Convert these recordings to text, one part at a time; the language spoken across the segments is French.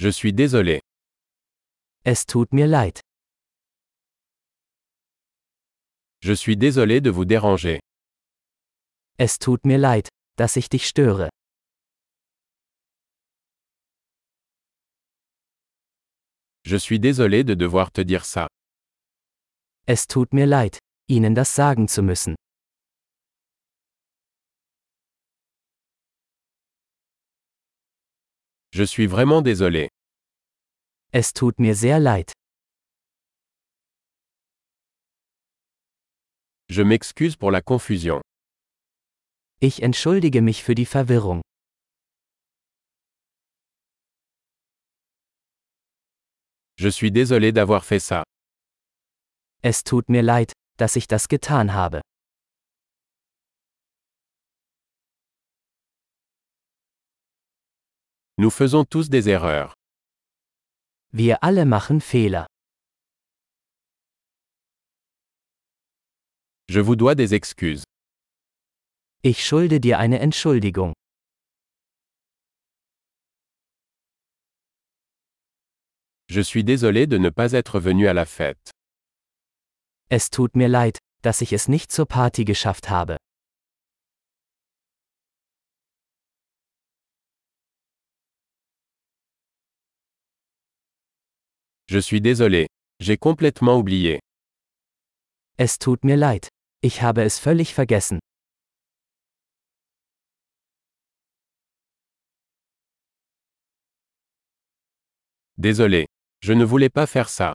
Je suis désolé. Es tut mir leid. Je suis désolé de vous déranger. Es tut mir leid, dass ich dich störe. Je suis désolé de devoir te dire ça. Es tut mir leid, Ihnen das sagen zu müssen. Je suis vraiment désolé. Es tut mir sehr leid. Je m'excuse pour la confusion. Ich entschuldige mich für die Verwirrung. Je suis désolé d'avoir fait ça. Es tut mir leid, dass ich das getan habe. Nous faisons tous des erreurs. Wir alle machen Fehler. Je vous dois des excuses. Ich schulde dir eine Entschuldigung. Je suis désolé de ne pas être venu à la fête. Es tut mir leid, dass ich es nicht zur Party geschafft habe. Je suis désolé. J'ai complètement oublié. Es tut mir leid. Ich habe es völlig vergessen. Désolé. Je ne voulais pas faire ça.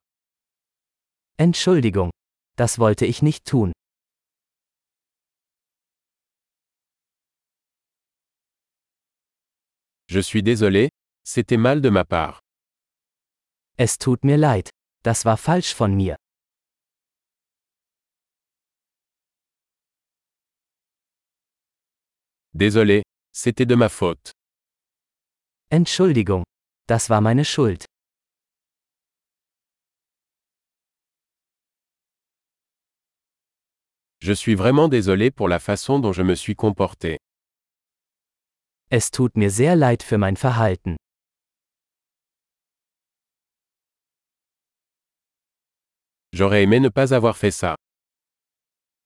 Entschuldigung. Das wollte ich nicht tun. Je suis désolé, c'était mal de ma part. Es tut mir leid, das war falsch von mir. Désolé, c'était de ma faute. Entschuldigung, das war meine Schuld. Je suis vraiment désolé pour la façon dont je me suis comporté. Es tut mir sehr leid für mein Verhalten. J'aurais aimé ne pas avoir fait ça.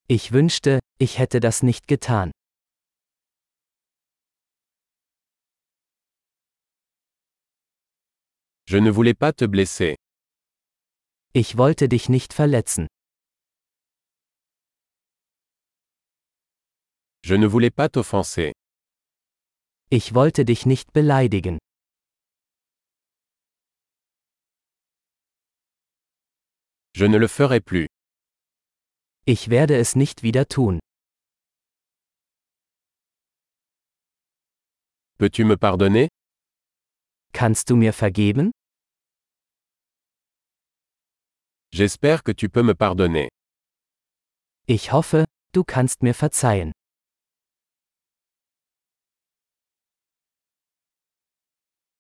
Ich wünschte, ich hätte das nicht getan. Je ne voulais pas te blesser. Ich wollte dich nicht verletzen. Je ne voulais pas t'offenser. Ich wollte dich nicht beleidigen. Je ne le ferai plus. Ich werde es nicht wieder tun. Peux-tu me pardonner Kannst du mir vergeben? J'espère que tu peux me pardonner. Ich hoffe, du kannst mir verzeihen.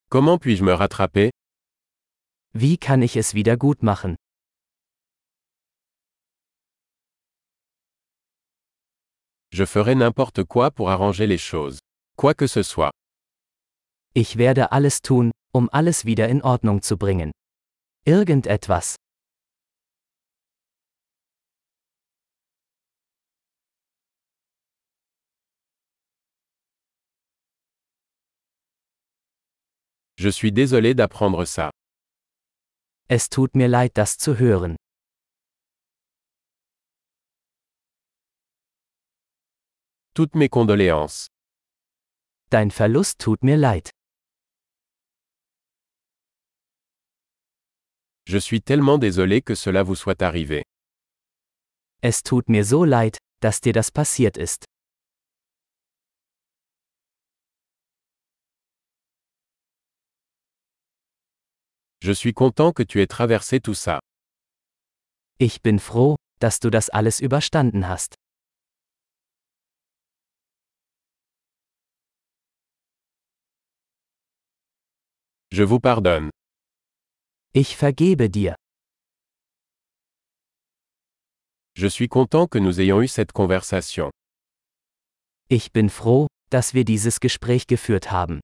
Comment puis-je me rattraper Wie kann ich es wieder gut machen? Je ferai n'importe quoi pour arranger les choses. Quoi que ce soit. Ich werde alles tun, um alles wieder in Ordnung zu bringen. Irgendetwas. Je suis désolé d'apprendre ça. Es tut mir leid, das zu hören. Toutes mes condoléances. Dein Verlust tut mir leid. Je suis tellement désolé que cela vous soit arrivé. Es tut mir so leid, dass dir das passiert ist. Je suis content que tu aies traversé tout ça. Ich bin froh, dass du das alles überstanden hast. Je vous pardonne. Ich vergebe dir. Je suis content que nous ayons eu cette conversation. Ich bin froh, dass wir dieses Gespräch geführt haben.